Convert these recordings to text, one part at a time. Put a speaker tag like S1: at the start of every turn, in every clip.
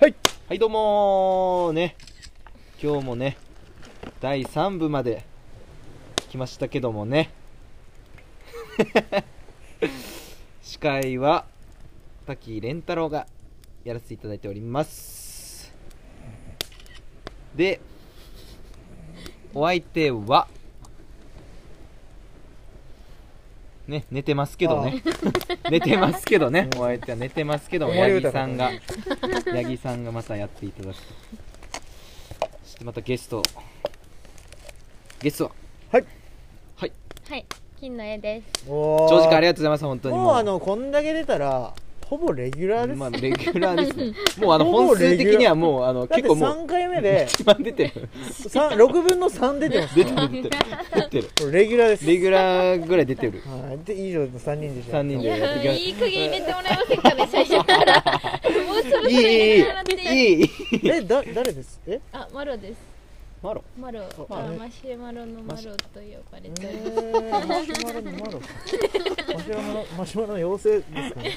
S1: はい。はい、どうもーね。今日もね、第3部まで来ましたけどもね。 司会は、滝蓮太郎がやらせていただいております。で、お相手は、ね、寝てますけどね。寝てますけどね。お相手は寝てますけども、
S2: 子守
S1: 八木
S2: 歌だ
S1: さんが。八木さんがまたやっていただくとそしてまたゲストゲストは
S3: はい、金の絵です。
S2: おー
S1: 長時間ありがとうございます本当に
S2: もうあのこんだけ出たらほぼレギュラーです、
S1: まあ、レギュラーですねもうあの
S2: ほぼ
S1: 本数的にはもうあの
S2: だっ
S1: 結
S2: て
S1: 構もう
S2: 3回 目で
S1: 一番出てる
S2: さん6分の3出てます
S1: 出てる出てる出てる
S2: これレギュラーです
S1: レギュラーぐらい出てる
S2: はいで以上の3人でした
S1: 3人
S3: い
S1: でやって
S3: や
S1: いきま
S3: いい加減入れてもらえませんかね、最初から。もうそろそろ
S1: すいい
S3: 入れ
S1: い
S3: てもらって。
S1: いいいいい
S2: えだ誰ですえ
S3: あ、マロです。
S1: マロ
S3: マロ、
S2: あ
S3: まあ
S2: あれ
S3: マシュマロのマロと呼ばれ
S2: え
S3: ております。
S2: ー、マシュマロのマロマシュマロのマシュマロの妖精ですかね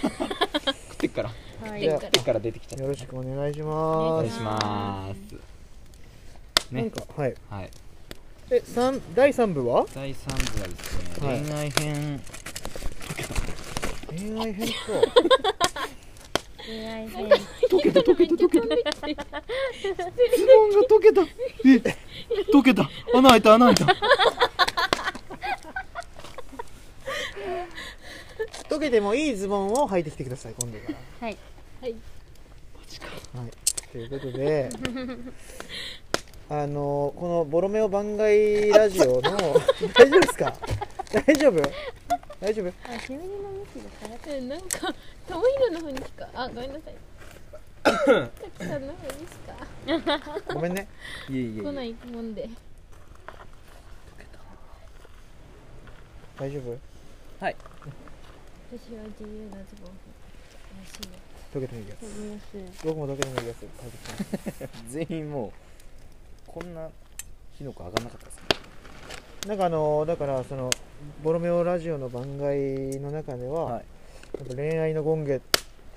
S1: 食ってっから食
S3: は
S2: じゃあ
S1: ってっから出てきちゃった
S2: よろしくお願いし
S1: お
S2: ま
S1: 願い
S2: す
S1: します
S2: なん
S1: ね
S2: かはい
S1: はい
S2: え三第3 部は
S1: 第3部はですね、
S2: はい
S1: 恋愛編
S2: 恋愛編か
S3: 恋愛編。
S1: 溶けた溶けた溶けたズボンが溶けたえ溶けた穴開いた穴開いた
S2: 溶けてもいいズボンを履いてきてください今度から
S3: はい。はい。
S2: はい、ということで あのこの「ボロメオ番外ラ ジオの」大丈夫ですか大丈夫大丈夫
S3: あ、ちなみにの向きだから。え、なんか、友宏の方にしか。あ、ごめんなさい。滝さんの方にしか
S2: ごめんね
S1: いえいえ
S3: 来ないもんで。
S2: 大丈夫
S3: 私は自由なズボン。らしいよ。
S2: 溶けてもいいやつ
S3: 飛びます。
S2: 僕も溶けてもいいやつ書いてきます
S4: 全員もうこんな火の粉上がんなかったですね
S2: なんかあのだからその「ボロメオラジオ」の番外の中では、
S4: はい
S2: やっぱ恋愛のゴンゲと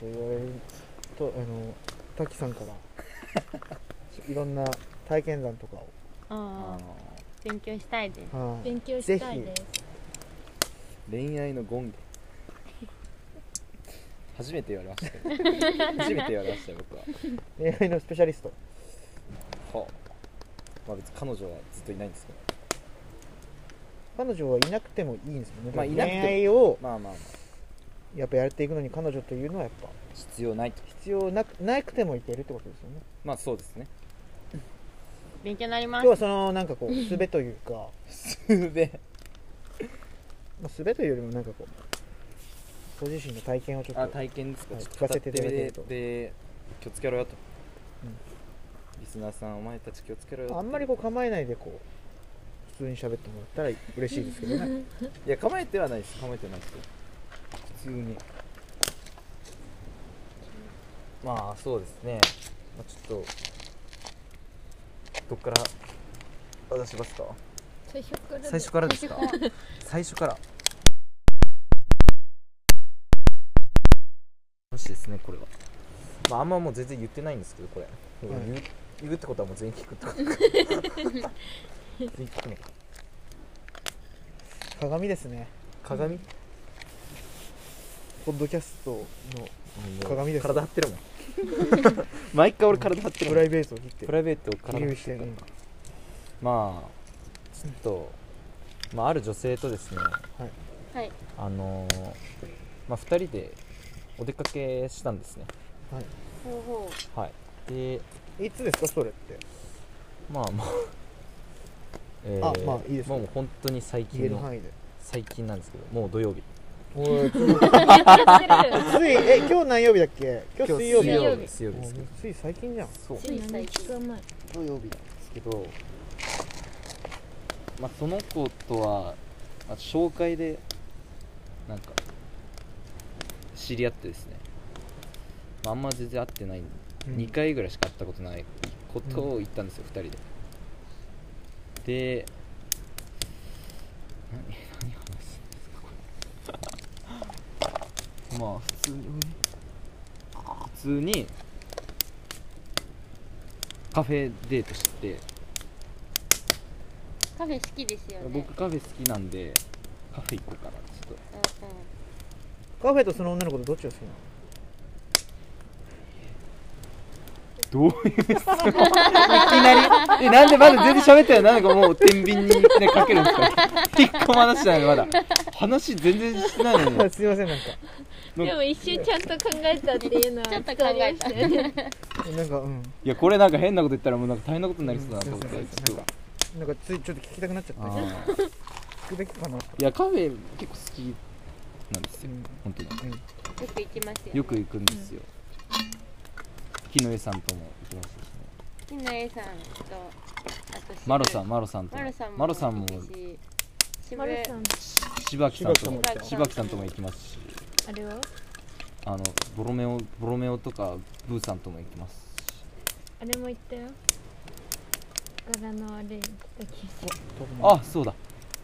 S2: 言われるとあの滝さんから いろんな体験談とかを、
S4: あの
S5: 勉強したいです。
S2: はい
S3: 勉強したいです。
S4: 恋愛のゴンゲ初めて言われましたけど初めて言われましたよ僕は
S2: 恋愛のスペシャリスト
S4: はあまあ別に彼女はずっといないんですけど
S2: 彼女はいなくてもいいんですもんね、
S4: まあいなくても
S2: 恋愛を
S4: まあまあまあ
S2: やっぱやっていくのに彼女というのはやっぱ
S4: 必要ないと
S2: 必要なくなくてもいけるってことですよね
S4: まあそうですね
S5: 勉強になりま
S2: 今
S5: す
S2: 日。はそのなんかこう術というか、
S4: すべ
S2: まあ、術というよりもなんかこうご自身の体験をちょ
S4: あ
S2: っと
S4: 体験ですか
S2: はい
S4: ちょっと
S2: 聞かせていただけると
S4: で気をつけろよと、
S2: うん
S4: リスナーさんお前たち気をつけろよ
S2: あんまりこう構えないでこう普通に喋ってもらったら嬉しいですけどね
S4: いや構えてはないです構えてはないですよ
S2: 普通に
S4: まあそうですね、まあ、ちょっとどっから話しますか
S3: 最初からで。
S4: 最初からですか最初からもしですねこれはまああんまもう全然言ってないんですけどこれ、
S2: はい
S4: 言う言うってことはもう全員聞くってこと全員聞くのか
S2: 鏡ですね
S4: 鏡、も
S2: ポッドキャストの
S4: う
S2: 鏡です
S4: 体張ってるもん 毎回俺体張ってる
S2: プ
S4: も
S2: ラ
S4: ん
S2: イベートを切って
S4: プライベートを体張
S2: 理由
S4: っ
S2: してて
S4: る
S2: ね
S4: からまあちょっと、まあ、ある女性とですね、
S3: はい
S4: あのーまあ、2人でお出かけしたんですね
S5: ほうほ
S4: はいで
S2: いつですかそれって
S4: まあまあ え
S2: あまあいいです
S4: もう本当に最
S2: 言
S4: 近
S2: える
S4: の
S2: 範囲で
S4: 最近なんですけどもう土曜日
S2: おいつ
S3: ら。
S2: いえ今日何曜日だっけ今日水曜日
S4: 水
S3: 水曜
S4: 曜
S3: 日
S4: 日水曜日ですけど
S2: もうつい最近じゃん
S4: そう
S3: つい最近が前。
S2: 土曜日だ
S4: ですけど、まあ、その子とは、まあ紹介でなんか知り合ってですね、まあ、あんま全然会ってない、
S2: うん
S4: 2回ぐらいしか会ったことないことを言ったんですよ、2人でで何何話すんですかこれまあ普通に普通にカフェデートして
S5: カフェ好きですよね
S4: 僕カフェ好きなんでカフェ行こうかなちょっと
S5: うんうん
S2: カフェとその女の子とどっちが好きなの
S4: どういう質問いきなりえ なんでまだ全然喋ってないなんかもう天秤に、ね、かけるんですか一個も話してないのまだ話全然してないのに
S2: すいませんなんか
S3: でも一周ちゃんと考えたっていうのは
S5: ちょっと考えた
S3: 伝わりましたよね
S2: なんかうん
S4: いやこれなんか変なこと言ったらもうなんか大変なことになりそうだなと思って
S2: うん
S4: ちょっと
S2: なんかついちょっと聞きたくなっちゃった
S4: あー
S2: 聞くべきかなって
S4: いやカフェ結構好きなんですよ
S2: うん
S4: 本当に
S5: よく行きますよね
S4: よく行くんですよ木の絵さんとも行きましたしね
S5: 木の A さんとあと
S4: マロさんマロさんと
S5: マロさんも
S4: マロさんも
S5: 行くし渋
S3: マル
S5: 谷
S3: さん
S4: 柴木さんとも
S5: 柴木さんも
S4: 柴木さんとも行きますし
S3: あれは
S4: あのボロメオボロメオとかブーさんとも行きますし
S3: あれも言ったよ柄の悪い時
S4: あそうだ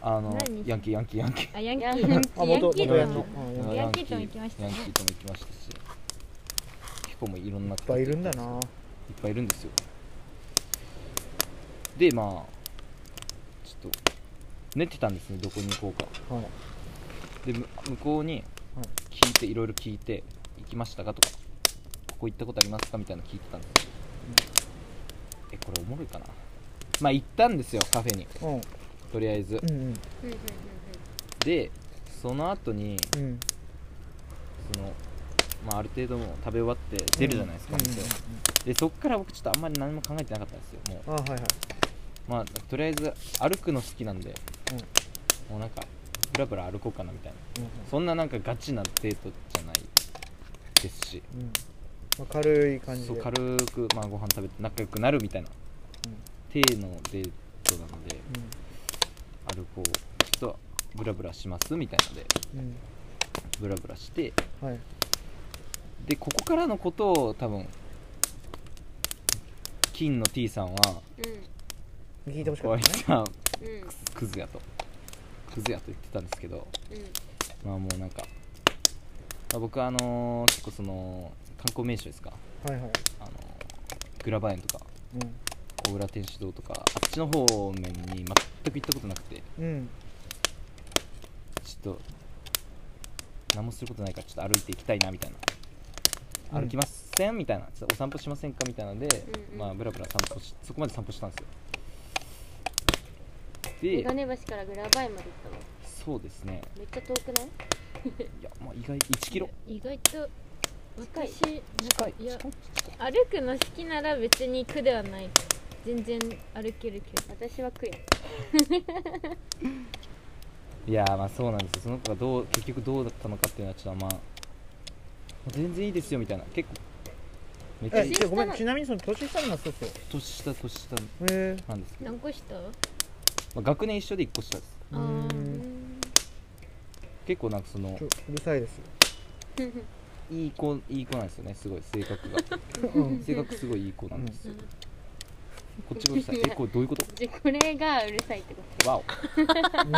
S4: あの
S3: 何
S4: ヤンキーヤンキーヤンキー
S3: あヤンキ
S5: ヤンキ
S3: ー
S5: ー
S2: あ元元
S3: ヤ
S2: ヤ
S3: ン
S2: ン
S3: キー
S2: キー
S3: と
S2: うんうんいっ
S3: ヤンキーとも行きましたね
S4: ヤンキーとも行きましたし結構もういろんな方
S2: ぱいいるんだない
S4: っぱいいるんですよでまあちょっと寝てたんですねどこに行こうか
S2: はい
S4: でむ向こうに聞いていろいろ聞いて「行きましたか?」とか「ここ行ったことありますか?」みたいなの聞いてたんですよえこれおもろいかなまあ行ったんですよカフェに
S2: うん
S4: とりあえず
S2: うん
S5: うんうんうん
S4: でその後に
S2: うんうん
S4: そのまあある程度もう食べ終わって出るじゃないですか、
S2: うん
S4: 店をでそっから僕ちょっとあんまり何も考えてなかったんですよもう
S2: あはいはい
S4: まあとりあえず歩くの好きなんで、
S2: うん
S4: もうなんかぶらぶら歩こうかなみたいな
S2: うん
S4: そんななんかガチなデートじゃないですし
S2: うんまあ軽い感じで
S4: そう軽く、まあ、ご飯食べて仲良くなるみたいな、手のデートなので歩こうちょっとブラブラしますみたいなので
S2: うんうん
S4: ブラブラして
S2: はい
S4: でここからのことを多分金の T さんは
S2: 聞いてほしか
S4: こ
S2: っ
S4: い
S2: たね
S4: つは
S5: うんうん
S4: クズやとクズやと言ってたんですけど
S5: うん
S4: まあもうなんか、まあ、僕はあのー結構その観光名所ですか、
S2: はいはい
S4: あのーグラバ園とか小倉天主堂とかあっちの方面に全く行ったことなくて
S2: うんうん
S4: ちょっと何もすることないからちょっと歩いていきたいなみたいな
S2: うん
S4: 歩きません、みたいなちょっとお散歩しませんかみたいなので、
S5: うんうん
S4: まあブラブラ散歩しそこまで散歩したんですよ
S5: 眼
S4: で
S5: 鏡橋からグラバイまで行った
S4: そ
S5: の
S4: うですね
S5: めっちゃ遠くない
S4: いやまあ意外1キロ
S3: 意外と
S5: 近い
S3: 私
S4: 近い
S3: いや
S4: 近い
S3: 歩くの好きなら別に苦ではない全然歩けるけど
S5: 私は悔や
S4: いやーまあそうなんですよその子がどう結局どうだったのかっていうのはちょっとまあもう全然いいですよみたいな結構めっちゃ
S2: え
S4: いい
S2: じゃあごめんちなみにその年下のはそうそう
S4: 年下年下
S2: へえ
S4: なんですけど、
S3: 何個した
S4: まあ、学年一緒で1個下です
S2: うーん
S4: 結構なんかその
S2: ちょうるさいです
S4: いい子いい子なんですよねすごい性格が
S2: うん
S4: 性格すごいいい子なんですよ、こっちがうるさいえこれどういうこ
S5: じゃこれがうるさいってこと
S4: わ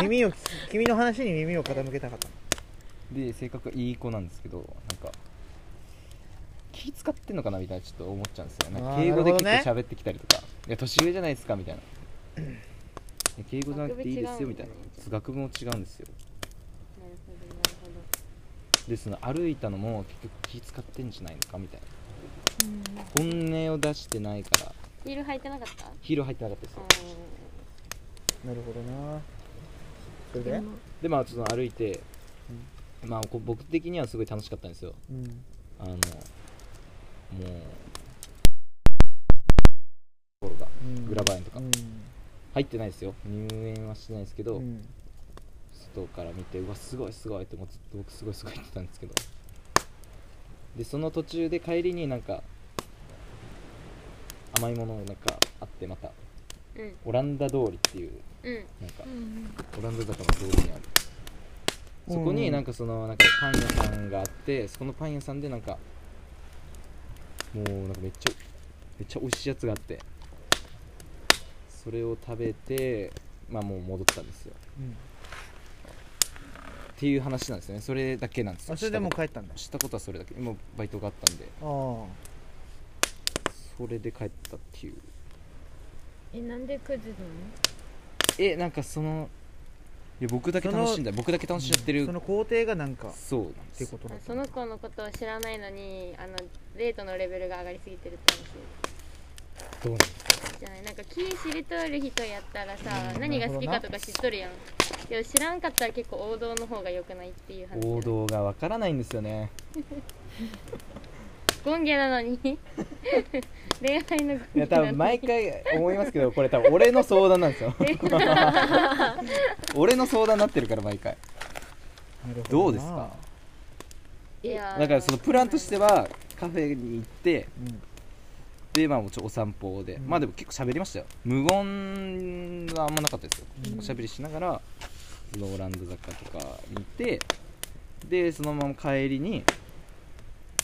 S2: 耳を 君の話に耳を傾けたかった
S4: おで性格がいい子なんですけどなんか気使ってんのかなみたいなちょっと思っちゃうんですよなんか
S2: あー
S4: 敬語で結構
S2: なるほ
S4: 喋
S2: ど
S4: ってきたりとか、いや年上じゃないですかみたいなえ敬語じゃなくていいですよみたいな学部も違うんですよ
S5: となるほどなるほど
S4: でその歩いたのも結局気使ってんじゃないのかみたいな、本音を出してないから
S5: ヒール履いてなかった
S4: ヒール入ってなかったですよ
S5: う
S2: なるほどなそれ
S3: で
S2: で
S3: も
S4: でまあちょっと歩いて、まあこう僕的にはすごい楽しかったんですよ
S2: うん
S4: あのもうところが
S2: うん
S4: グラバー園とか
S2: うん
S4: 入ってないですよ入園はしてないですけど、
S2: うん
S4: 外から見てうわすごいすごいってもうずっと僕すごいすごいって言ってたんですけどでその途中で帰りになんか甘いものなんかあってまた
S5: んうん
S4: オランダ通りっていう
S5: うん
S4: なんか
S3: うん
S4: オランダ坂の通りにあるそこになんかそのなんかパン屋さんがあってそこのパン屋さんでなんかもうなんかめっちゃめっちゃ美味しいやつがあってそれを食べてまあもう戻ったんですよ
S2: うん
S4: っていう話なんですよねそれだけなんですよ
S2: あそれでもう帰ったんだ
S4: 知ったことはそれだけもうバイトがあったんで
S2: ああ
S4: それで帰ったっていう
S3: えなんでクズなの
S4: えなんかそのいや僕だけ楽しんだ僕だけ楽しんじゃってる、
S2: その工程がなんかっ
S4: そうなんです
S2: て
S4: よ
S2: ことだ
S5: あその子のことを知らないのにあのデートのレベルが上がりすぎてるって話
S4: どうなん
S5: じゃないなんか気知りとる人やったらさ、
S2: うん
S5: 何が好き
S2: なる
S5: かとか知っとるやんけど知らんかったら結構王道の方が良くないっていう話
S4: 王道がわからないんですよね
S5: ゴンゲな のに恋愛のゴン
S4: い
S5: ゲなのに
S4: や多分毎回思いますけどこれ多分俺の相談なんですよ俺の相談になってるから毎回
S2: なるほ
S4: どうで
S2: な
S4: すか
S5: いやー
S4: だからそのプランとしてはカフェに行って
S2: うん
S4: でまあもちろんお散歩で、
S2: うん
S4: まあでも結構喋りましたよ無言はあんまなかったですよ、
S2: うん
S4: おしゃべりしながらそのオランダ雑貨とか見てでそのまま帰りに、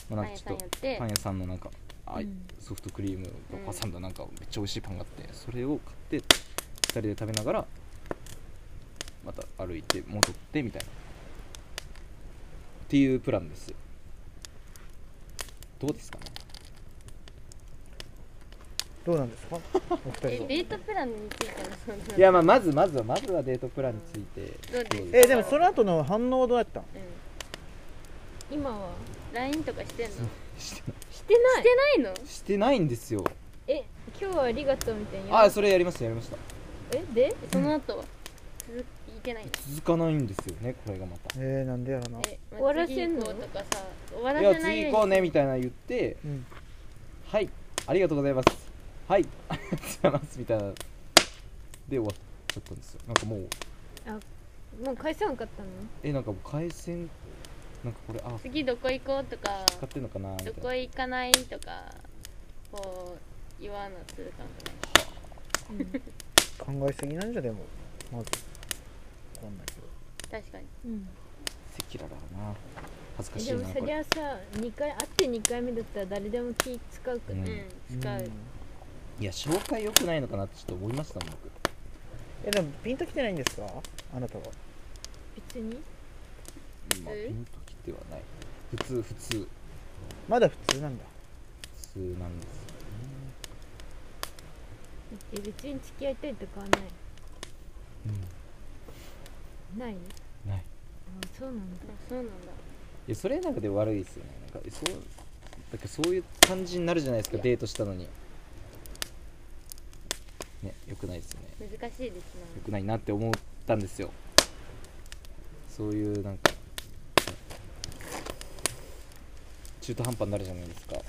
S4: まあ、な
S5: パン
S4: ん
S5: 屋
S4: かち
S5: さん
S4: ょっ
S5: 寄
S4: と
S5: って
S4: パン屋さんのなんか、あい
S3: うん
S4: ソフトクリームが挟んだなんかめっちゃ美味しいパンがあってそれを買って2人で食べながらまた歩いて戻ってみたいなっていうプランですどうですかね
S2: どうなんです かお二
S5: え
S2: 人
S5: デートプランについての相談
S4: いやまあまずまずはまずはデートプランについて
S5: どうです
S4: どう
S5: か
S2: えでもその後の反応はどうやったの
S5: うん
S3: 今は
S5: LINE とかしてんの
S4: してな
S3: してない
S5: してないの
S4: いしてないんですよ
S3: え今日はありがとうみたいな
S4: あそれやりましたやりました
S3: えで
S5: その後は続いてないの
S4: 続かないんですよねこれがまた
S2: えー、なんでやらな
S5: えまあ
S3: 終わらせんの
S5: 次行こうとかさ終わら
S4: いや
S5: せない
S4: 次
S5: ように
S4: 行こうねみたいな言って
S2: うん
S4: はいありがとうございますはいありがとうございますみたいなで終わっちゃったんですよなんかもう
S3: もう返さなかったの
S4: えなんかもう回線なんかこれあ使
S5: 次どこ行こうとか
S4: ってんのかなみた
S5: ど
S4: いな
S5: こ行かないとかこう言わなするかもね
S2: 考えすぎなんじゃでもまずわかんないけど
S5: 確かに
S3: うん
S4: 赤裸々だな恥ずかしい
S3: で
S4: な
S3: も
S4: こ
S3: そり
S4: れ
S3: ゃさ二回会って2回目だったら誰でも気使うから、
S4: うん
S5: うん使う、
S4: いや紹介良くないのかなってちょっと思いましたもん僕
S2: えでもピンときてないんですかあなたは
S3: 別に
S4: 今ピンときてはない普通普通
S2: まだ普通なんだ
S4: 普通なんですよ
S3: え別に付き合いたいとかはないない
S4: ない
S3: あそうなんだ
S5: あそうなんだ
S4: いやそれなんかで悪いですよねなんかえそうだからそういう感じになるじゃないですかデートしたのにね良くないですよね
S5: 難しいです
S4: 良くないなって思ったんですよそういうなんか中途半端になるじゃないですか
S5: な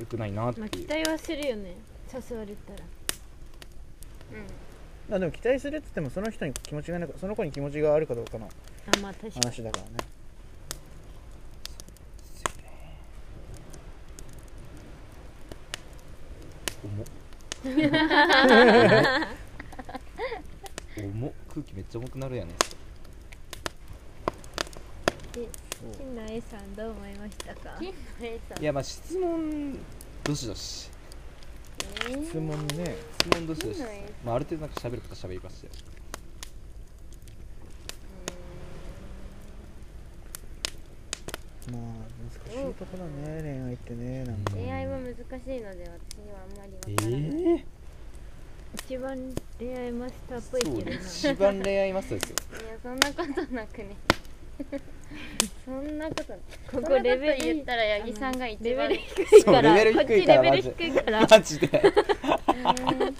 S4: 良くないなっ
S3: まあ
S4: て
S3: 期
S4: いう
S3: 待はするよね誘われたら
S5: うんうん
S2: あでも期待するっつってもその人に気持ちがなくその子に気持ちがあるかどうかの
S3: あまあ確かに
S2: 話だからね
S4: 重っ重っ重っ空気めっちゃ重くなるやね
S3: 新野 A さんどう思いましたか
S5: 金の A さん
S4: いやまあ質問どしどし
S5: えー
S2: 質問ね
S4: 質問どしどし
S5: いいのよ、
S4: まあ、ある程度なんか喋ることは喋りましたよ
S2: まあ難しいとこだね恋愛ってねなんか
S5: うん恋愛は難しいので私にはあんまりわからない、
S4: え
S3: 一番恋愛マスターっぽい
S4: ー、そう
S3: けどな
S4: です一番恋愛マスターですよ
S5: いやそんなことなくね そんなことない
S3: ここ
S5: そんな
S3: レ
S5: こ
S3: ベ
S5: と
S3: ル
S5: 言ったら
S3: あの
S5: 八木さんが一
S3: レベ
S5: 番
S3: ル低い から
S4: そうレベル低いから
S3: こっちレベル低いから
S4: マジで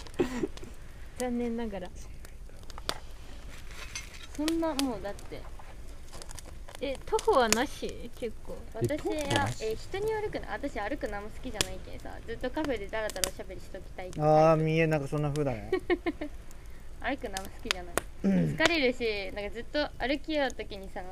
S3: 残念ながら
S5: そんなもうだって
S3: え徒歩はなし結構
S4: え
S5: 私
S4: ポッポ
S5: は
S4: なし
S5: え人に歩くの私歩くのあんま好きじゃないけんさずっとカフェでダラダラおしゃべりしときたい
S2: ああ
S5: 歩
S2: 見えなんかそんな風だ ね
S5: くのあんま好きじゃない疲れるしなんかずっと歩きようときにさ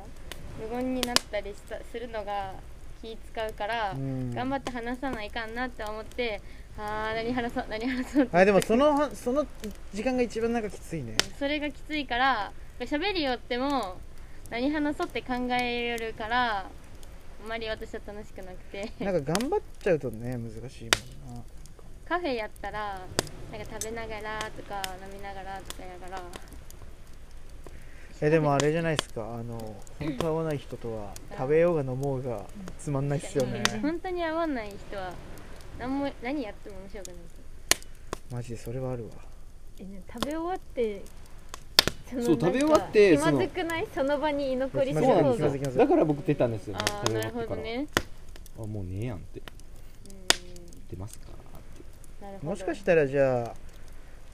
S5: 無言になったりしたするのが気使うから、
S2: うん
S5: 頑張って話さないかんなって思ってあー何話そう何話そうって
S2: あでもそのはその時間が一番なんかきついね
S5: それがきついから喋りよっても何話そうって考えるからあんまり私は楽しくなくて
S2: なんか頑張っちゃうとね難しいもんな
S5: カフェやったらなんか食べながらとか飲みながらとかやから
S2: えでもあれじゃないですかあの本当合わない人とは食べようが飲もうがつまんないっすよね
S5: 本当に合わない人は何も何やっても面白くない
S2: マジでそれはあるわ
S6: えね食べ終わってその
S4: そう
S6: なんか
S4: 食べ終わって
S6: 気
S4: そ
S6: ま
S4: の
S6: ずくないその場に居残りす
S2: 気ま
S4: そう
S2: ずい
S6: る
S4: なん
S6: 方
S4: です
S2: 気ま
S6: が
S2: ずい気ま
S4: よ
S2: ずい
S4: だから僕出たんですよね
S5: ああ
S4: 食べ終
S5: な
S4: わ
S5: るほ
S4: ってか
S5: ど
S4: ら、
S5: ね
S4: あもうねえやんって
S5: うん
S4: 出ますかって
S5: なるほど
S2: もしかしたらじゃあ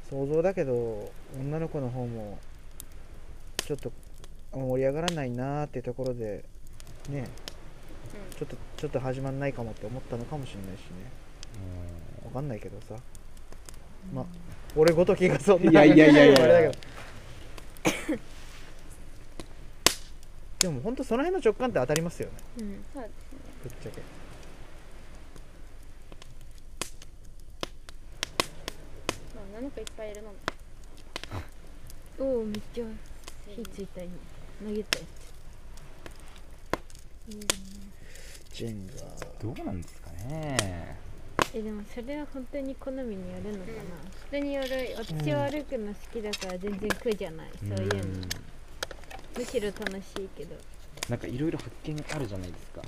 S2: 想像だけど女の子の方もちょっと盛り上がらないなーってところでね
S5: うん
S2: ちょっとちょっと始まんないかもって思ったのかもしれないしねわかんないけどさまあ俺ごときがそんない
S4: やいやいやいや
S2: あれだけどでも本当その辺の直感って当たりますよね
S6: うん
S5: そうですね
S2: ぶっちゃけ
S5: まあ女の子いっぱいいるのも
S6: おおめっちゃ
S5: いい
S6: 火
S5: ね
S6: ついた今投げたやついいね
S2: ジェンガ
S4: どうなんですかね
S6: えでもそれは本当に好みによるのかな、
S5: 人によるよ
S6: 私は歩くの好きだから全然苦じゃない、そういうの
S4: ん
S6: むしろ楽しいけど
S4: なんかいろいろ発見あるじゃないですか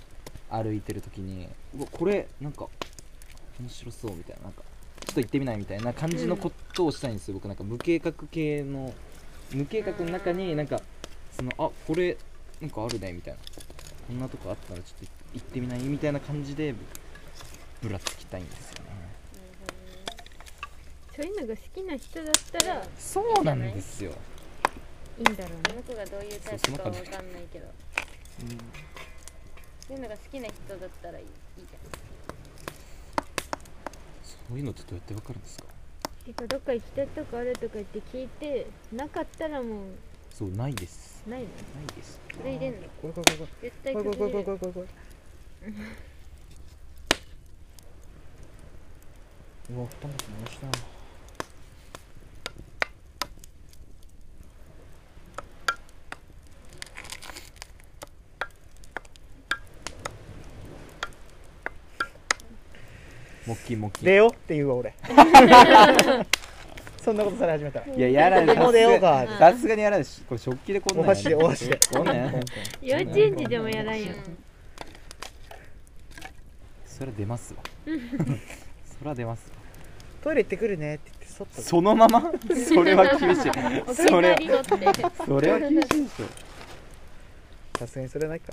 S4: 歩いてる時にうわこれなんか面白そうみたいななんかちょっと行ってみないみたいな感じのことをしたいんですよ、僕なんか無計画系の無計画の中になんかそのあこれなんかあるねみたいなこんなとこあったらちょっと行ってみないみたいな感じでぶらつきたいんですよね
S6: そういうのが好きな人だったらい
S4: そうなんですよ
S6: いんだろう
S5: その子がどういうタ
S4: そう
S5: イプ
S4: その
S5: か
S4: 子
S5: わ
S4: ね
S5: かんないけどそういうのが好きな人だったらいいいいじ
S4: そういうのってどうやってわかるんですか
S6: ねてかどっか行きたいとこあるとか言って聞いてなかったらも
S4: そうないです
S6: うないの
S4: ないです
S5: ゃんそれ入れんの
S2: これこ
S5: 絶
S2: れ
S5: 対
S2: これこ
S5: 崩
S2: れこれ
S5: れ
S2: こ
S5: る
S2: れこれこれこれうわ二股回した
S4: モッキーモッキー
S2: 出ようって言うわ俺そんなことされ始めたら
S4: いややらない
S2: もう出ようか
S4: さすがにやらないしこれ食器でこん
S2: お
S4: なんやら
S2: 箸でお箸で
S4: こんなんやらない
S6: 幼稚園児でもやらんよ
S5: うん
S4: そりゃ出ます わそりゃ出ますわ
S2: トイレ行ってくるねって言ってそっと
S4: そのままそれは厳しい
S5: お気
S4: そ
S5: に
S4: れ
S5: 入
S4: は
S5: りのって
S4: それは厳しいでしょ
S2: さすがにそれはないか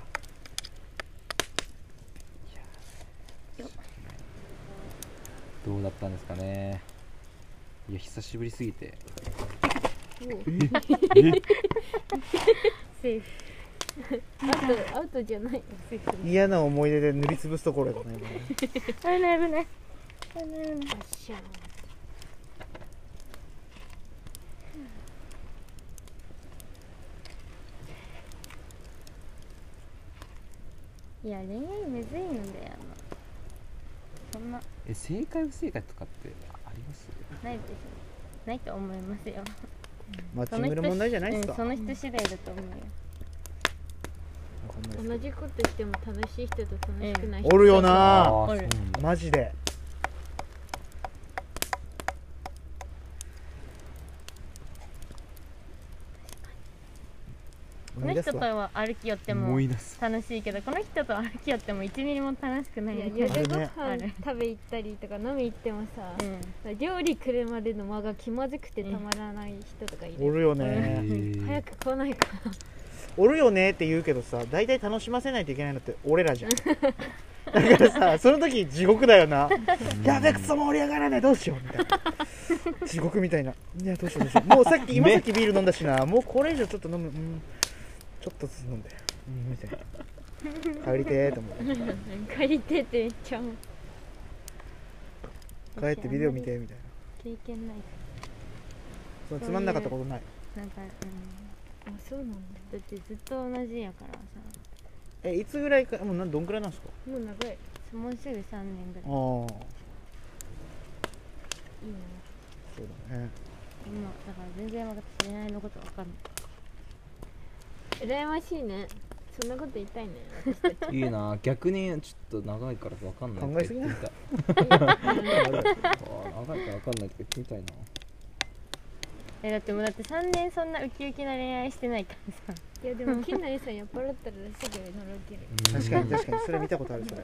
S4: どうだったんですかねいや久しぶりすぎて
S5: セーフ
S6: アウトアウトじゃない
S2: 嫌な思い出で塗りつぶすところだね今ね
S5: 危ない危ない危ない危ない
S6: あっしゃ
S5: いや恋愛むずいんだよなそんな
S4: え正解不正解とかってあります
S5: ないでしょないと思いますよ
S2: マッチングの問題じゃないですか
S5: うんその人次第だと思うよ
S2: わかんないです
S6: 同じことしても楽しい人と楽しくない人、
S2: おるよな
S4: ー
S5: あ
S4: そう
S5: る
S4: なんだ
S2: マジで
S5: この人とは歩き寄っても
S4: 思い出す
S5: 楽しいけどこの人と歩き寄っても1ミリも楽しくない
S6: いや
S5: よね
S6: 夜ご
S5: あ
S6: 飯
S5: る
S6: 食べ行ったりとか飲み行ってもさ
S5: う、ん
S6: 料理来るまでの間が気まずくてたまらない人とかいる、
S2: おるよ
S4: へ
S2: ね
S4: ー
S6: 早く来ないか
S2: おるよねって言うけどさ大体楽しませないといけないのって俺らじゃんだからさその時地獄だよなやべくそ盛り上がらないどうしようみたいな 地獄みたいないやどうしようどうしようもうさっき今さっきビール飲んだしなもうこれ以上ちょっと飲むうんちょっとずつ飲んでうんみたいな帰りてーと思って
S6: な帰りてってめっちゃ思う
S2: 帰ってビデオ見てみたいな
S5: 経験ないか
S2: そのつまんなかったことない
S5: らなんか、うん、
S6: あそうなんだ
S5: だってずっと同じやからさ
S2: えいつぐらいかもうなんどんくらいなんですか
S6: もう長い
S5: もうすぐ3年ぐ
S2: ああ
S5: らい
S2: そ
S6: いい
S2: う
S6: な
S2: だね
S5: 今だから全然分かって恋愛のこと分かんない
S6: 羨ましいねそんなこと言 いたいね私たち
S4: いいな逆にちょっと長いからわかんない
S2: 考えすぎな
S4: とか言ってみたいあー長いからわかんないとか言ってみたいな
S5: えだってもうだって3年そんなウキウキな恋愛してないからさ
S6: いやでも金のりさん酔っ払ったらすぐのろける
S2: 確 かに確かにそれ見たことあるそれ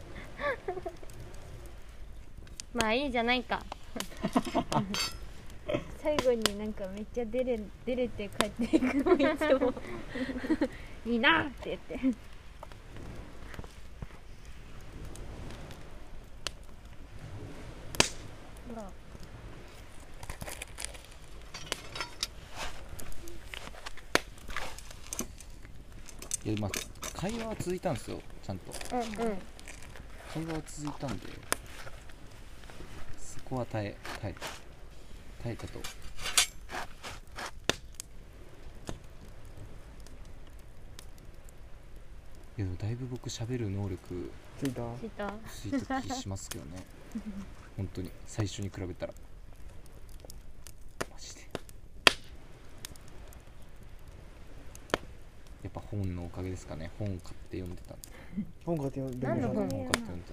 S5: まあいいじゃないか
S6: 最後になんかめっちゃ出れ出れて帰っていくのいつもいいなって言ってほら
S4: いやまあ会話は続いたんですよちゃんと
S5: うん
S4: 会話は続いたんでそこは耐え耐えた耐えたといやでもだいぶ僕喋る能力
S2: ついた
S5: 知った
S4: ついた気しますけどね本当に最初に比べたらマジでやっぱ本のおかげですかね本買って読んでた
S2: 本買って読んで
S5: 何の
S2: み
S5: 本
S2: た
S4: 本買って読んで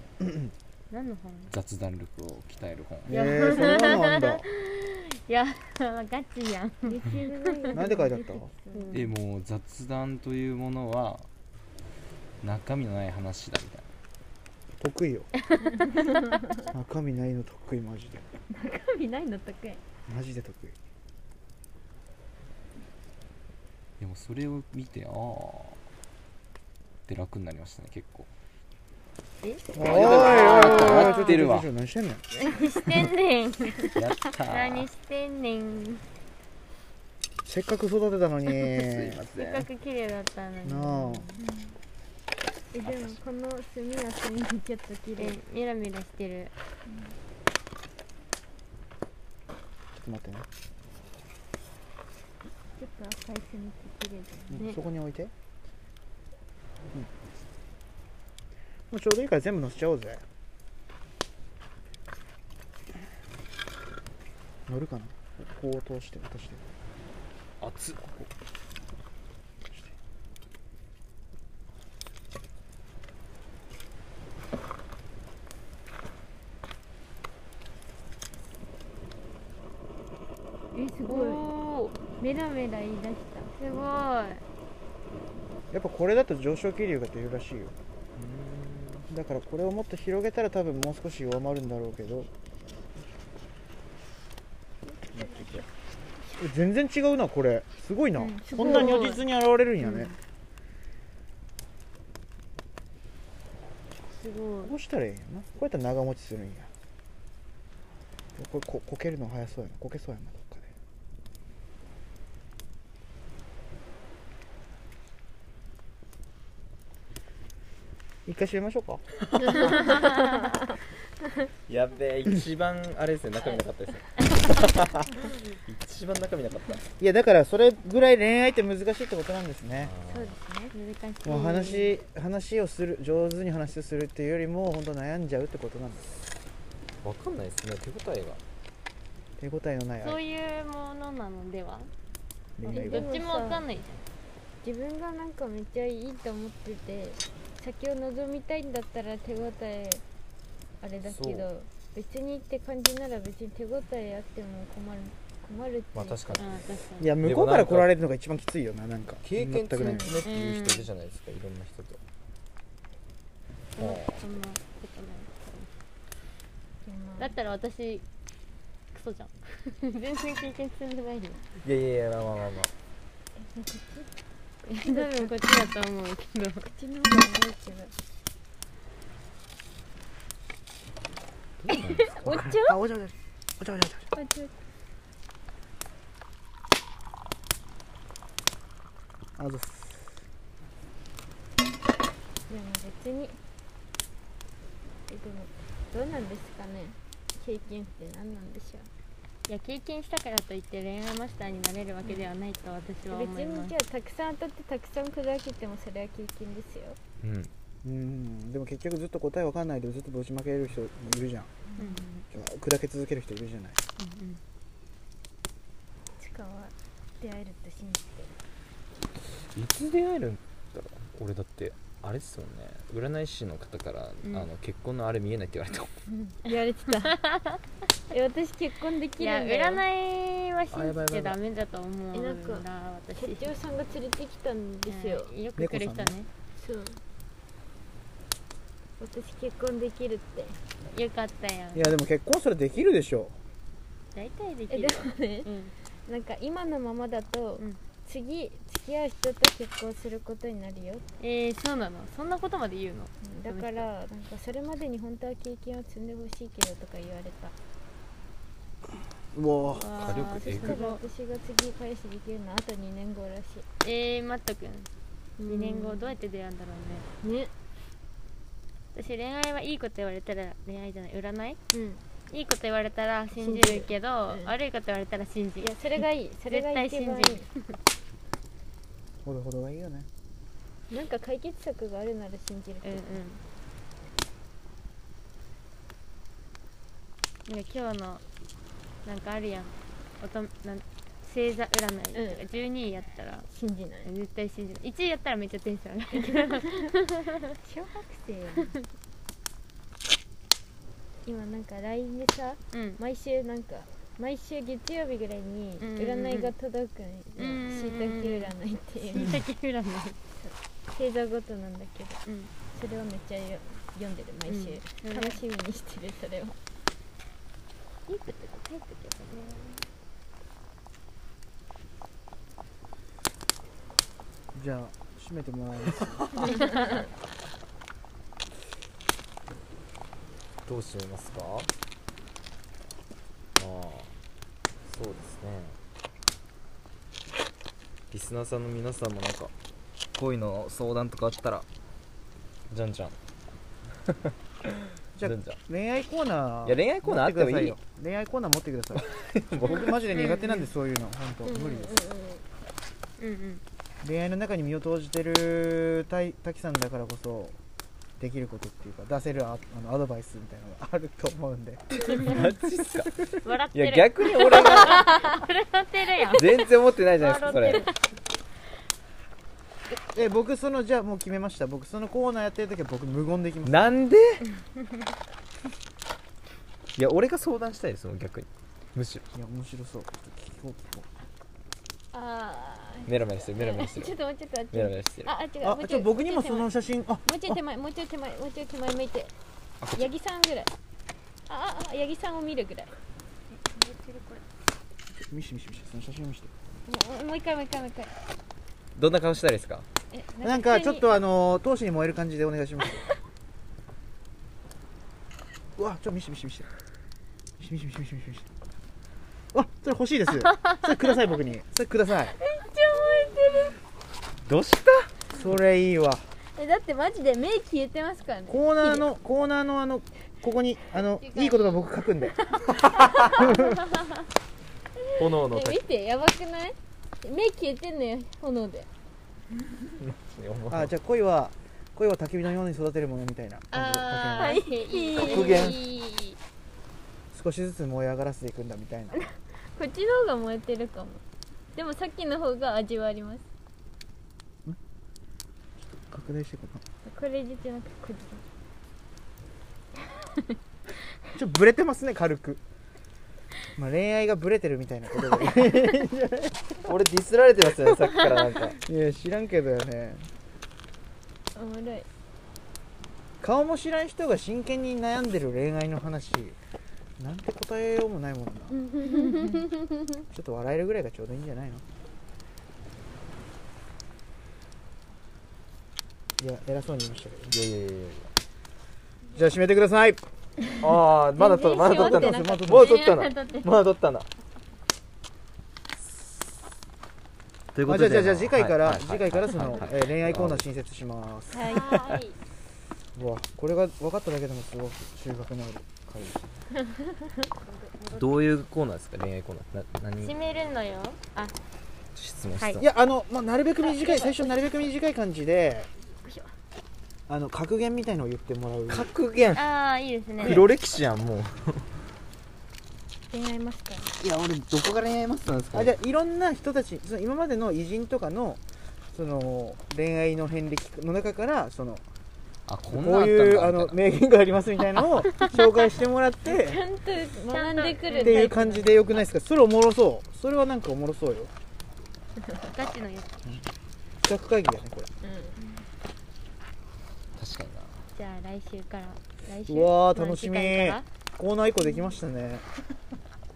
S4: た
S5: 何の本
S4: 雑談力を鍛える本
S2: えー、そんなのあんだ
S5: いやガチやん
S2: なんで書いてあった
S4: えもう雑談というものは中身のない話だみたい
S2: 得 意よ中身ないの得意マジで
S6: 興味ないの得意
S2: マジで得意
S4: なでもそれを見てああって楽になりましたね結構
S2: おいおいおい
S4: やってるわ
S2: ちょちょちょちょ何してんねん
S5: してんねん
S4: やったー
S5: 何してんねん
S2: せっかく育てた のに
S4: すいませ
S5: せっか
S4: ん
S5: く綺麗だったのに
S2: なあ
S6: えでもこの墨は墨にちょっと綺麗
S5: えミラミラしてる
S2: ちょっと待ってね
S6: ちょっと赤い墨って綺麗だよ
S2: うん
S5: ね
S2: そこに置いて、うん、もうちょうどいいから全部乗せちゃおうぜ乗るかなこう通して落として
S4: 熱っ
S6: えす
S5: お
S6: ごい
S5: お
S6: メラメラ言い出した
S5: ーすごい
S2: やっぱこれだと上昇気流が出るらしいよだからこれをもっと広げたら多分もう少し弱まるんだろうけどえ全然違うなこれすごいな、
S5: うんす
S2: こ
S5: ごい
S2: んな如実に現れるんやね、
S5: すご
S2: こうしたらいいんやなこうやったら長持ちするんやこれここけるの早そうやなこけそうやなどっかで一回閉めましょうか
S1: やべえ一番あれですね中身なかったですね一番中身なかった
S2: いやだからそれぐらい恋愛って難しいってことなんですね
S5: い難しい
S2: もう話話をする上手に話をするっていうよりも本当悩んじゃうってことなんです
S1: わかんないですね手応えが
S2: 手応えのない
S5: そう
S2: 愛
S5: いうものなのでは
S2: 恋愛
S5: ど
S2: が
S5: っちもわかんないじ
S6: 自分がなんかめっちゃいいと思ってて先を望みたいんだったら手応えあれだけど別にって感じなら別に手応えあっても困る困るっていう
S1: まあ確か
S5: ゃ
S1: に
S5: んうん確か
S2: い
S5: に
S2: や向こうから来られるのが一番きついよななんか
S1: 経験
S2: 全
S1: 積
S2: くな
S1: め
S2: い
S1: ねっていう人いるじゃないですかいろんな人と
S5: そんなそんなことない
S6: でも
S5: だったら私クソじゃん全然経験積んでないよ
S1: いやいやいやまあまあまあまあ
S5: 多分こっちだと思うけど
S6: 口の方が多いけど
S2: お茶お茶お茶お茶お茶
S6: あちょっ
S2: あざっす
S6: とでも別にえでもどうなんですかね経験って何なんでしょ
S5: いや経験したからといって恋愛マスターになれるわけではないと私は
S6: う
S5: 思
S6: 別
S5: いま
S6: に
S5: す
S6: じゃあたくさん当たってたくさん砕けてもそれは経験ですよ
S4: うん
S2: うんでも結局ずっと答えわかんないでずっとぶちまける人もいるじゃん
S5: うんうん
S2: 砕け続ける人いるじゃない
S5: うん
S6: しかは出会えると信じて
S1: いつ出会えるんだろう俺だってあれっすもんね占い師の方から、
S5: うん
S1: あの結婚のあれ見えないって言われた
S6: 言われて たえ私結婚で
S5: い
S6: き
S5: や
S6: るんだよ
S5: 占いは
S1: あやばいやばい
S5: 信じちゃダメだと思うんだ
S6: えなん
S5: 私
S6: 社長さんが連れてきたんですよ、
S5: うんよく来る人ね
S6: そう私結婚できるって
S5: よかったよ
S2: いやでも結婚それできるでしょ
S7: 大体でき
S6: え
S7: る
S6: でもね
S7: うん
S6: なんか今のままだと、
S7: うん
S6: 次付き合う人と結婚することになるよ、
S7: えー、そうなのそんなことまで言うの
S6: だからなんかそれまでに本当は経験を積んでほしいけどとか言われた
S2: うわ
S7: 火
S4: 力えぐ
S6: だから私が次彼氏できるのはあと2年後らし
S7: えー、マット君
S6: い
S7: 2年後どうやって出会うんだろう
S6: ね
S7: ね私恋愛はいいこと言われたら恋愛じゃない占い
S6: うん
S7: いいこと言われたら信じるけど
S6: 信じるうん
S7: 悪いこと言われたら信じ
S6: い
S7: る
S6: やそれがいいそれが一番い
S7: 絶対信
S2: ほどほどがいいよね
S6: いなんか解決策があるなら信じる
S7: う
S6: け
S7: ん
S6: ど、
S7: うんなんか今日のなんかあるやんおとなん星座占いとか、
S6: うん
S7: 12位やったら
S6: 信じない
S7: 絶対信じない1位やったらめっちゃテンション上がる
S6: 小学生 やん今なんか LINE でさ
S7: うん
S6: 毎週なんか毎週月曜日ぐらいに
S7: うんうんうん
S6: 占いが届くん
S7: うんうんうん
S6: しいたけ占いっていう
S7: しいたけ占い
S6: 星座ごとなんだけど
S7: うん
S6: それをめっちゃよ読んでる毎週、
S7: うん
S6: 楽しみにしてるそれを
S7: いいこと書いてけどね
S2: じゃあ閉めてもらいます
S4: どうしてみますかああそうですねリスナーさんの皆さんもなんか恋の相談とかあったらじゃんじゃん
S2: じゃあ
S4: じゃんじゃん
S2: 恋愛コーナー
S4: いや恋愛コーナーあってもいいよ
S2: 恋愛コーナー持ってくださ い僕マジで苦手なんでそういうの本当無理です
S7: うんうん
S2: 恋愛の中に身を投じてるたい滝さんだからこそできることっていうか出せるああのアドバイスみたいなのがあると思うん で
S4: マジっすか
S7: 笑っ
S4: い
S7: て
S4: や
S7: る
S4: 逆に俺が
S7: 笑ってるやん
S4: 全然思ってないじゃないですかそれ
S2: え僕そのじゃあもう決めました僕そのコーナーやってる時は僕無言できます
S4: なんでいや俺が相談したいですもん逆にむしろ
S2: いや面白そうちょっと聞こう
S6: あ
S4: メラメラしてるメラメラして
S6: ちょ
S4: る
S6: っともうちょっとあっち
S4: メラメラしてる
S6: ああ違う
S2: あ
S6: もう
S2: ちょ僕にもその写真あ
S6: もうちょい手前もうちょい手前もうちょい手前向いて八木さんぐらいあああ八木さんを見るぐらい
S2: 見して見して見してその写真を見して
S6: もうもう一回もう一回もう一回
S4: どんな顔したらいいですか
S6: え
S2: なんかちょっと
S6: あ
S2: あの闘志に燃える感じでお願いします うわちょっと見して見して見して見して見して見して見して見してあそれ欲しいですそれください僕にそれください
S4: どうした
S2: それいいわ
S6: えだってマジで目消えてますからね
S2: コーナーのコーナーのあのここにあのいい言葉僕書く んで
S4: 炎の
S6: え
S4: 滝
S6: 見てやばくない目消えてんのよ炎で
S2: あじゃあ恋は恋は焚き火のように育てるものみたいな感じで書けます
S7: あーいいいい
S2: 復元
S7: いいいい
S2: 少しずつ燃え上がらせていくんだみたいな
S6: こっちの方が燃えてるかもでもさっきの方が味はあります
S2: 拡大していこうか
S6: これじゃなくてこっち
S2: なちょっとブレてますね軽くまあ恋愛がブレてるみたいなことで
S4: 俺ディスられてます よねさっきからなんか
S2: いや知らんけどよね
S6: おもろい
S2: 顔も知らん人が真剣に悩んでる恋愛の話なんて答えようもないもんなちょっと笑えるぐらいがちょうどいいんじゃないのいや偉そうに言いましたけどね
S4: いやいやいやいや
S2: じゃあ締めてください
S4: ああまだ取ったまだ取ったんだもう取ったなまだ取ったなというこ
S2: あ
S4: と
S2: じゃ
S4: で
S2: あじゃあじゃあ次回から、
S4: はいはい
S2: 次回からその、
S4: はい
S2: えー恋愛コーナー新設します、
S7: はい
S2: わこれが分かっただけでもすごく収穫のある回です
S4: どういうコーナーですか恋愛コーナーな何
S7: 閉めるのよあ
S4: 質問
S7: はい
S4: 質問
S2: いやあの、まあ、なるべく短い最初なるべく短い感じであの格言みたいのを言ってもらう
S4: 格言
S7: あーいいですね
S4: 黒歴史やんもう
S6: 恋愛ますから
S4: いや俺どこが恋愛マスターなんです
S2: あじゃあいろんな人たちその今までの偉人とかのその恋愛の遍歴の中からその
S4: あこんな
S2: こういうあ
S4: の
S2: の名言がありますみたい なのを紹介してもらって
S6: ちゃんと学んでくる
S2: っていう感じでよくないですかそれおもろそうそれはなんかおもろそうよ
S7: ガチのやつ
S2: 企画会議だねこれ
S4: 確かにな
S7: じゃあ来週から来週
S2: うわー
S7: まあ
S2: 楽しみ
S7: 次回から
S2: コーナー以降できましたね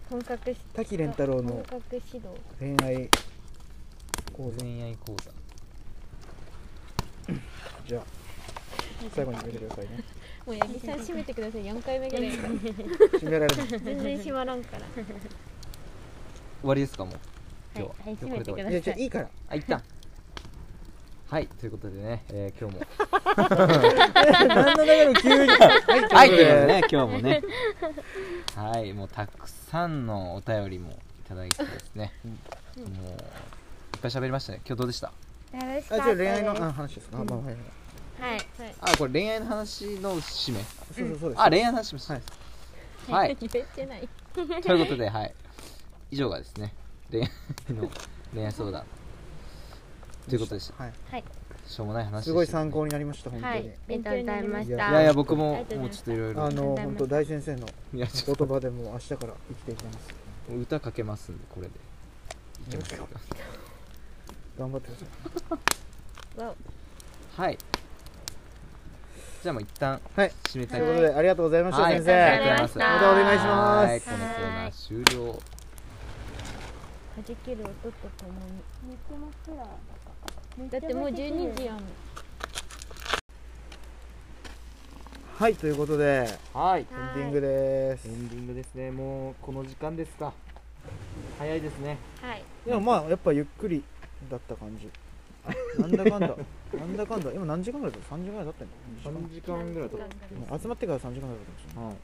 S6: 本格し
S2: 滝蓮太郎
S6: 本
S2: の
S6: 格指導
S2: 恋愛講座
S4: 恋愛講座
S2: じゃあ最後に決めてくださいね
S3: もう八木さん閉めてください4回目ぐらいから
S2: 締めら れない
S6: 全然閉まらんから
S4: 終わりですかもう今日は、
S7: はい
S4: 今日これで終わ
S7: 閉めてくだ
S4: り
S7: さ
S2: いやじゃあいいから
S4: あ一旦はいということでね、えー今日も
S2: 何の中の急に
S4: はいということでね今日もね はいもうたくさんのお便りもいただいてですね、もういっぱい喋りましたね今日どうでした
S5: 楽し
S2: あじ
S5: かった
S2: ゃあ
S5: です
S2: 恋愛のあ話ですか、あまあはいはい
S5: はい
S4: あこれ恋愛の話の締め
S2: そうそうそうです
S4: あ恋愛の話もしたはい、はい、
S3: 言えてない
S4: ということではい以上がですね恋 愛の恋愛相談ということでした
S2: はい
S4: しょうもない話でした
S2: すごい参考になりました本当に、
S7: はい、ありがとうございまし
S2: い
S4: いやい
S7: た。
S4: や僕ももうちょっといろいろ
S2: あの本当大先生の
S4: いやちょ
S2: お
S4: っと
S2: 言葉でもう明日から生きていきます
S4: 歌かけますんでこれで
S2: 頑張ってください
S4: はいじゃあもう一旦
S2: はい
S4: 締めたいと
S2: というこ
S4: 思い
S2: とでありがとうございま
S4: ます
S2: した
S4: はい
S2: 先生、
S4: ありがとうございます
S2: またお願いします
S4: はいこのコーナー終了
S6: はじける音とともにだってもう12時やもん
S2: はいということで
S1: はい
S2: エンディングです
S1: エンディングですねもうこの時間ですか早いですね
S5: はい
S2: でもまあやっぱゆっくりだった感じなんだかんだなんだかんだ今何時間ぐらいだった3時間ぐらいだったんだ
S1: 3時間ぐらい経った
S2: 集まってから3時間ぐらいだったんですね
S1: はい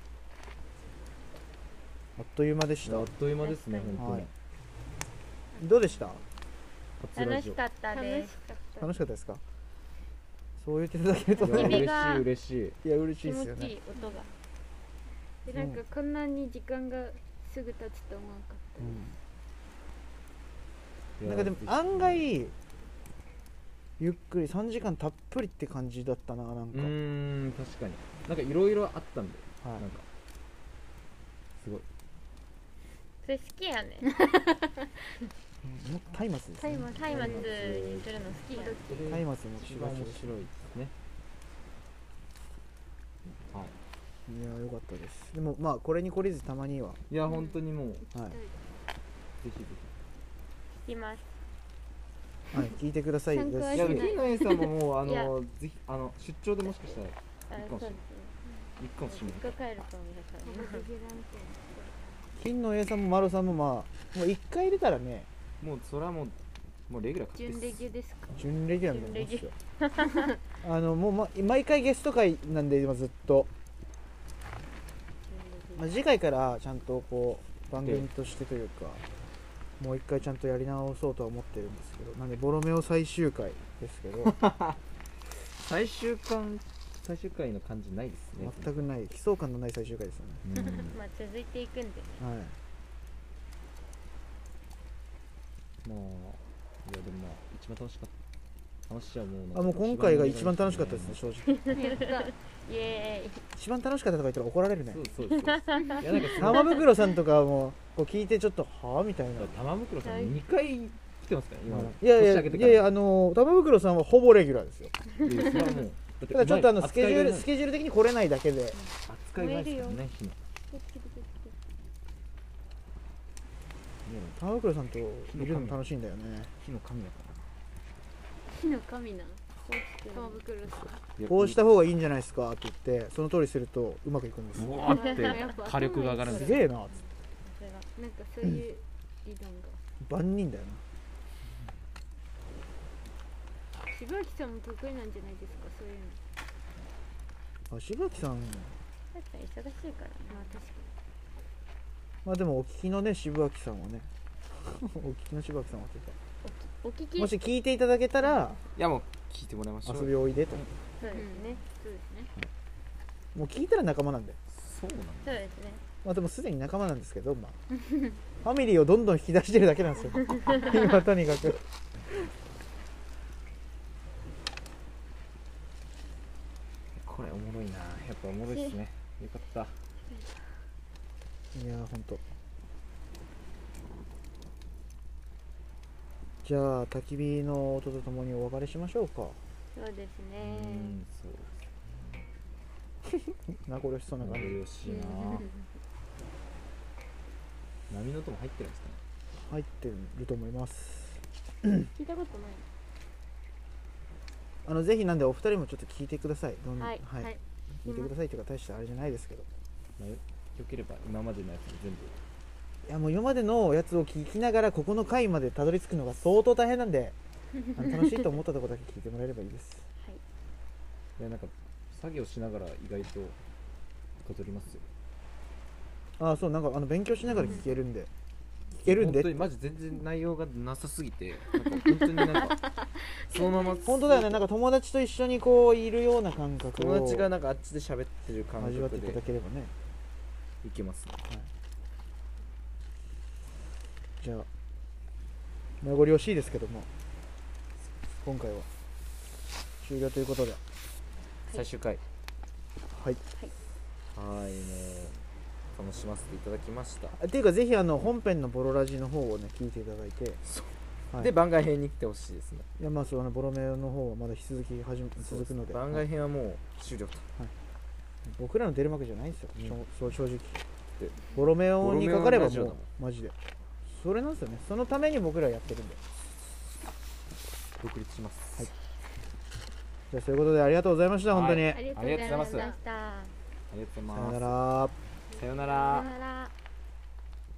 S2: あっという間でした
S1: あっという間ですね本当
S2: は
S1: に
S2: いどうでした
S1: 初ラ
S5: 楽
S1: ジ
S5: し
S1: オ
S5: かったです
S2: 楽しかったですかそう言っていただけると
S1: いや
S5: 楽し
S1: 嬉
S5: み
S1: し
S5: が
S1: い嬉しい
S2: いや嬉しい
S5: 気
S2: ですよ
S5: 持ちい
S2: ね
S5: い音が
S7: でなんかこんなに時間がすぐ経つと思わなかった。
S1: いや
S2: なんかでも案外ゆっくり3時間たっぷりって感じだったななん
S1: う
S2: か、
S1: ーん確かになんかいろいろあったんで
S2: は
S1: なんかすごい
S5: それ好きやね
S2: い、もっと松明ですね
S5: 松明松明にするの好きやね
S2: 松明も
S1: 一番面白いですねはい
S2: いやよかったですでもまあこれに懲りずたまには、
S1: いや本当にもうぜ
S2: はい
S1: ひぜ
S5: 聞きます
S2: はい、聞いてください
S7: 参考
S2: です
S1: ひい
S7: し
S1: や
S7: な
S1: 金の A さんももうあ
S5: いや
S1: のぜひあの出張でもしかしたら
S5: あ
S1: 行くか
S5: そ
S1: もし
S5: う
S1: れない
S5: ですね
S1: 行くかもしれない
S5: 実家帰るかもだから
S2: 金の A さんも丸さんもまあもう1回出たらね
S1: もうそれはもうもうレギュラー確定
S7: 準レ
S1: で
S7: ギュですか。
S2: 準レギュラーみたいなもんですよあのもう、ま、毎回ゲスト会なんで今ずっと、まあ、次回からちゃんとこう番組としてというかもう1回ちゃんとやり直そうとは思ってるんですけどなんでボロメオ最終回ですけ ど
S1: す最終巻最終回の感じないですね
S2: 全くない悲壮感のない最終回ですよね
S1: うん
S5: まあ続いていくんで
S2: はい、
S1: まあいやでもまあ一番楽しかった話はもうなんか
S2: あもう今回が一番楽しかったですね正直
S5: イエーイ
S2: 一番楽しかったとか言ったら怒られるね
S1: そうそうそう いやなんかすごい
S2: 玉袋さんとかもこう聞いてちょっとはあみたいな
S1: 玉袋さん2回来てますから今
S2: いやいや
S1: 年明けて
S2: い
S1: から
S2: やいやあの玉袋さんはほぼレギュラーですよ
S1: いやそれはもうだって
S2: ただちょっとあのスケジュールス
S1: 扱
S2: ケジュール的に来れないだけで
S1: いがないですからね火の
S2: 玉袋さんといるの楽しいんだよね
S1: 火の神だか
S7: 火 の神なん。
S5: そ
S7: 玉
S5: う
S7: 袋さん。
S1: ら
S2: こうした方がいいんじゃないですかって言ってその通りするとうまくいくんです
S4: う
S2: よ
S4: わー
S7: やっ
S4: って
S7: ぱ
S4: 火力が上がるんです す
S2: げえなっつって
S7: なんかそういう理論が。
S2: 万人だよな
S7: 柴木さんも得意なんじゃないですか。そういうの。
S2: あ柴木さん
S5: 確かに忙しいから
S7: まあ確か
S2: まあでもお聞きのね柴木さんはね お聞きの柴木さんはというか
S5: お聞き
S2: もし聞いていただけたら
S4: いやもう聞いてもらいましょ
S2: 遊
S4: う
S2: びおいでと
S5: そう
S7: に。
S5: で
S7: う
S5: す
S7: ん
S5: ね
S7: ね。そうですね。
S2: もう聞いたら仲間なんで
S4: そうなんだ
S5: そうですね
S2: まあでもすでに仲間なんですけど、まあ、ファミリーをどんどん引き出してるだけなんですよ今とにかく
S1: これおもろいなやっぱおもろいですねよかった
S2: いやーほんとじゃあ焚き火の音とともにお別れしましょうか
S5: そうです
S1: う
S5: ね
S1: んそう
S2: 名残惜しそうな
S1: なんか
S2: 感じ
S1: よしいな
S4: 波の音も入ってるんですかね
S2: 入ってると思います
S5: 聞いたことない
S2: あのぜひなんでお二人もちょっと聞いてくださいどんな
S5: はい
S2: はい
S5: はい
S2: 聞いてくださいというか大したあれじゃないですけど
S4: まあよよければ今までのやつも全部
S2: いやもう今までのやつを聞きながらここの回までたどり着くのが相当大変なんであの楽しいと思ったところだけ聞いてもらえればいいです
S4: いやなんか作業しながら意外とはかどりますよ
S2: ああそうなんかあの勉強しながら聞けるんで、聞けるんで
S4: 本当にマジ全然内容がなさすぎてなんか本当になん かそのまま
S2: 本当だよねなんか友達と一緒にこういるような感覚を
S4: 友達がなんかあっちで喋ってる感
S2: 味わって
S4: 覚
S2: いた
S4: で
S2: だければね
S4: いけますね
S2: じゃあ名残惜しいですけども今回は終了ということで
S4: 最終回
S2: はい
S4: はーいもう楽しませていただきました
S2: っていうかぜひあの本編のボロラジの方をね聞いていただいてはい
S4: で番外編に来てほしいですね
S2: いやまあそうあのボロメロの方はまだ引き続き始め続くので
S4: 番
S2: は
S4: 外
S2: い
S4: 編はもう終了と
S2: 僕らの出る幕じゃないんですよ、
S4: うん
S2: しょそう正直
S4: で
S2: ボロメロにかかれば
S4: ボロメロのラジオだ
S2: もうマジでそれなんですよねそのために僕らやってるんで
S4: 独立します、
S2: はいじゃあそういうことでありがとうございました本当に、
S7: ありが
S4: ありがとうございます
S7: とうございました
S4: ありがとうござい
S2: さよ
S4: ま
S2: な
S4: す
S2: ら
S4: さよなら
S7: さよなら